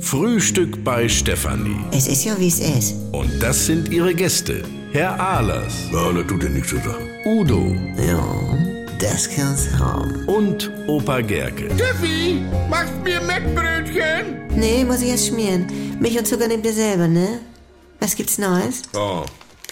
Frühstück bei Stefanie. Es ist ja, wie es ist. Und das sind ihre Gäste. Herr Ahlers, Ja, das tut dir nichts zu sagen. Udo Ja, das kann's haben. und Opa Gerke. Tiffy, machst mir Mettbrötchen? Nee, muss ich erst schmieren. Milch und Zucker nehmt ihr selber, ne? Was gibt's Neues? Ja,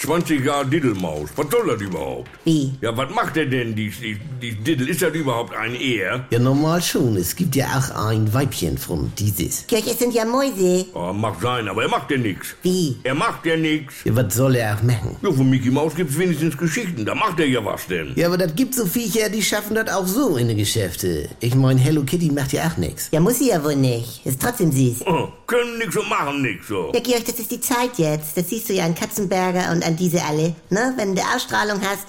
20 Ah, Jahre Diddelmaus. Was soll das überhaupt? Wie? Ja, was macht er denn, die, die, die Diddel? Ist das überhaupt ein Er? Ja, normal schon. Es gibt ja auch ein Weibchen von dieses. Kirche sind ja Mäuse. Ja, Ah, mag sein, aber er macht ja nichts. Wie? Er macht ja nichts. Ja, was soll er auch machen? Ja, von Mickey Maus gibt's wenigstens Geschichten. Da macht er ja was denn. Ja, aber das gibt so Viecher, die schaffen das auch so in die Geschäfte. Ich mein, Hello Kitty macht ja auch nix. Ja, muss sie ja wohl nicht. Ist trotzdem süß. Oh, können nix und machen nix so. Ja, Georg, das ist die Zeit jetzt. Das siehst du ja an Katzenberger und an diese alle. Ne? Wenn du Ausstrahlung hast,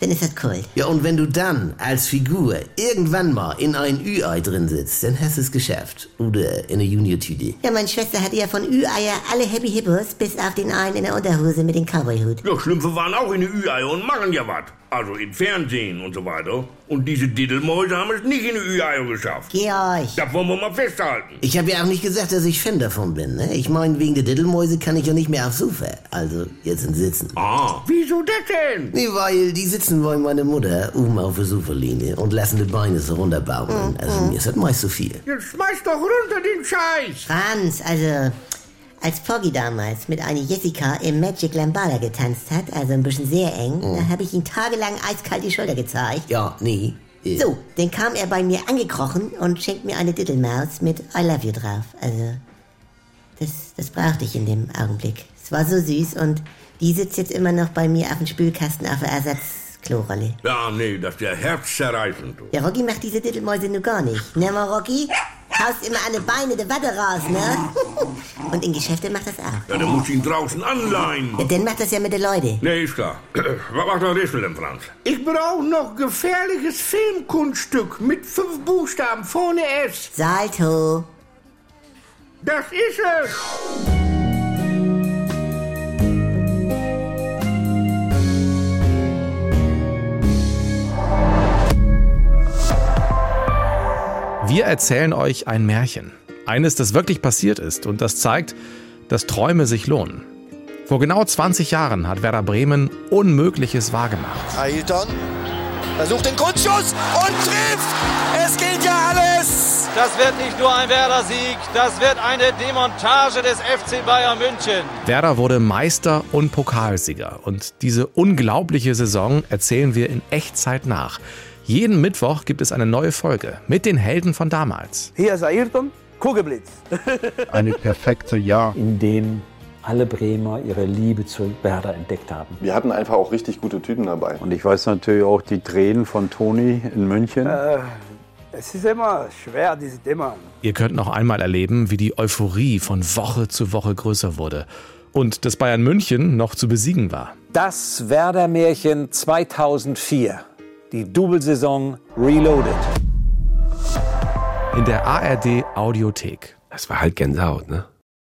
dann ist das cool. Ja, und wenn du dann als Figur irgendwann mal in ein Ü-Ei drin sitzt, dann hast du es geschafft. Oder in eine Junior-Tüte. Ja, meine Schwester hatte ja von Ü-Eier alle Happy Hippos, bis auf den einen in der Unterhose mit dem Cowboyhut. Ja, Schlümpfe waren auch in die Ü-Eier und machen ja was. Also im Fernsehen und so weiter. Und diese Diddelmäuse haben es nicht in die Ü-Eier geschafft. Georg, Das wollen wir mal festhalten. Ich habe ja auch nicht gesagt, dass ich Fan davon bin, ne? Ich mein, wegen der Diddelmäuse kann ich ja nicht mehr aufs Sofa. Also, jetzt in Sitzen. Ah, wieso das denn? Nee, weil die sitzen bei meiner Mutter oben auf der Sofa-Linie und lassen die Beine so runterbaumeln. Also, mir ist das meist zu viel. Jetzt schmeiß doch runter den Scheiß. Franz, also als Poggi damals mit einer Jessica im Magic Lambada getanzt hat, also ein bisschen sehr eng, da habe ich ihm tagelang eiskalt die Schulter gezeigt. Ja, nee. äh, So, dann kam er bei mir angekrochen und schenkt mir eine Diddlemaus mit I love you drauf. Also, das, das brauchte ich in dem Augenblick. Es war so süß und die sitzt jetzt immer noch bei mir auf dem Spülkasten auf der Ersatzklorolle. Ja, nee, das ist ja herzzerreißend. Ja, Rocky macht diese Diddlemäuse nur gar nicht. Ne, mal Rocky? Haust immer an die Beine der Watte raus, ne? Und in Geschäfte macht das auch. Ja, der muss ihn draußen anleihen. Ja, dann macht das ja mit den Leuten. Nee, ist klar. Was macht der Rissel denn, Franz? Ich brauch noch gefährliches Filmkunststück mit fünf Buchstaben vorne S. Salto. Das ist es. Wir erzählen euch ein Märchen. Eines, das wirklich passiert ist und das zeigt, dass Träume sich lohnen. Vor genau 20 Jahren hat Werder Bremen Unmögliches wahrgemacht. Ailton versucht den Grundschuss und trifft. Es geht ja alles. Das wird nicht nur ein Werder-Sieg, das wird eine Demontage des FC Bayern München. Werder wurde Meister und Pokalsieger. Und diese unglaubliche Saison erzählen wir in Echtzeit nach. Jeden Mittwoch gibt es eine neue Folge mit den Helden von damals. Hier ist Ayrton, Kugelblitz. eine perfekte Jahr. in dem alle Bremer ihre Liebe zu Werder entdeckt haben. Wir hatten einfach auch richtig gute Typen dabei. Und ich weiß natürlich auch die Tränen von Toni in München. Es ist immer schwer, dieses Thema. Ihr könnt noch einmal erleben, wie die Euphorie von Woche zu Woche größer wurde und dass Bayern München noch zu besiegen war. Das Werder-Märchen 2004. Die Doublesaison Reloaded. In der ARD Audiothek. Das war halt Gänsehaut, ne?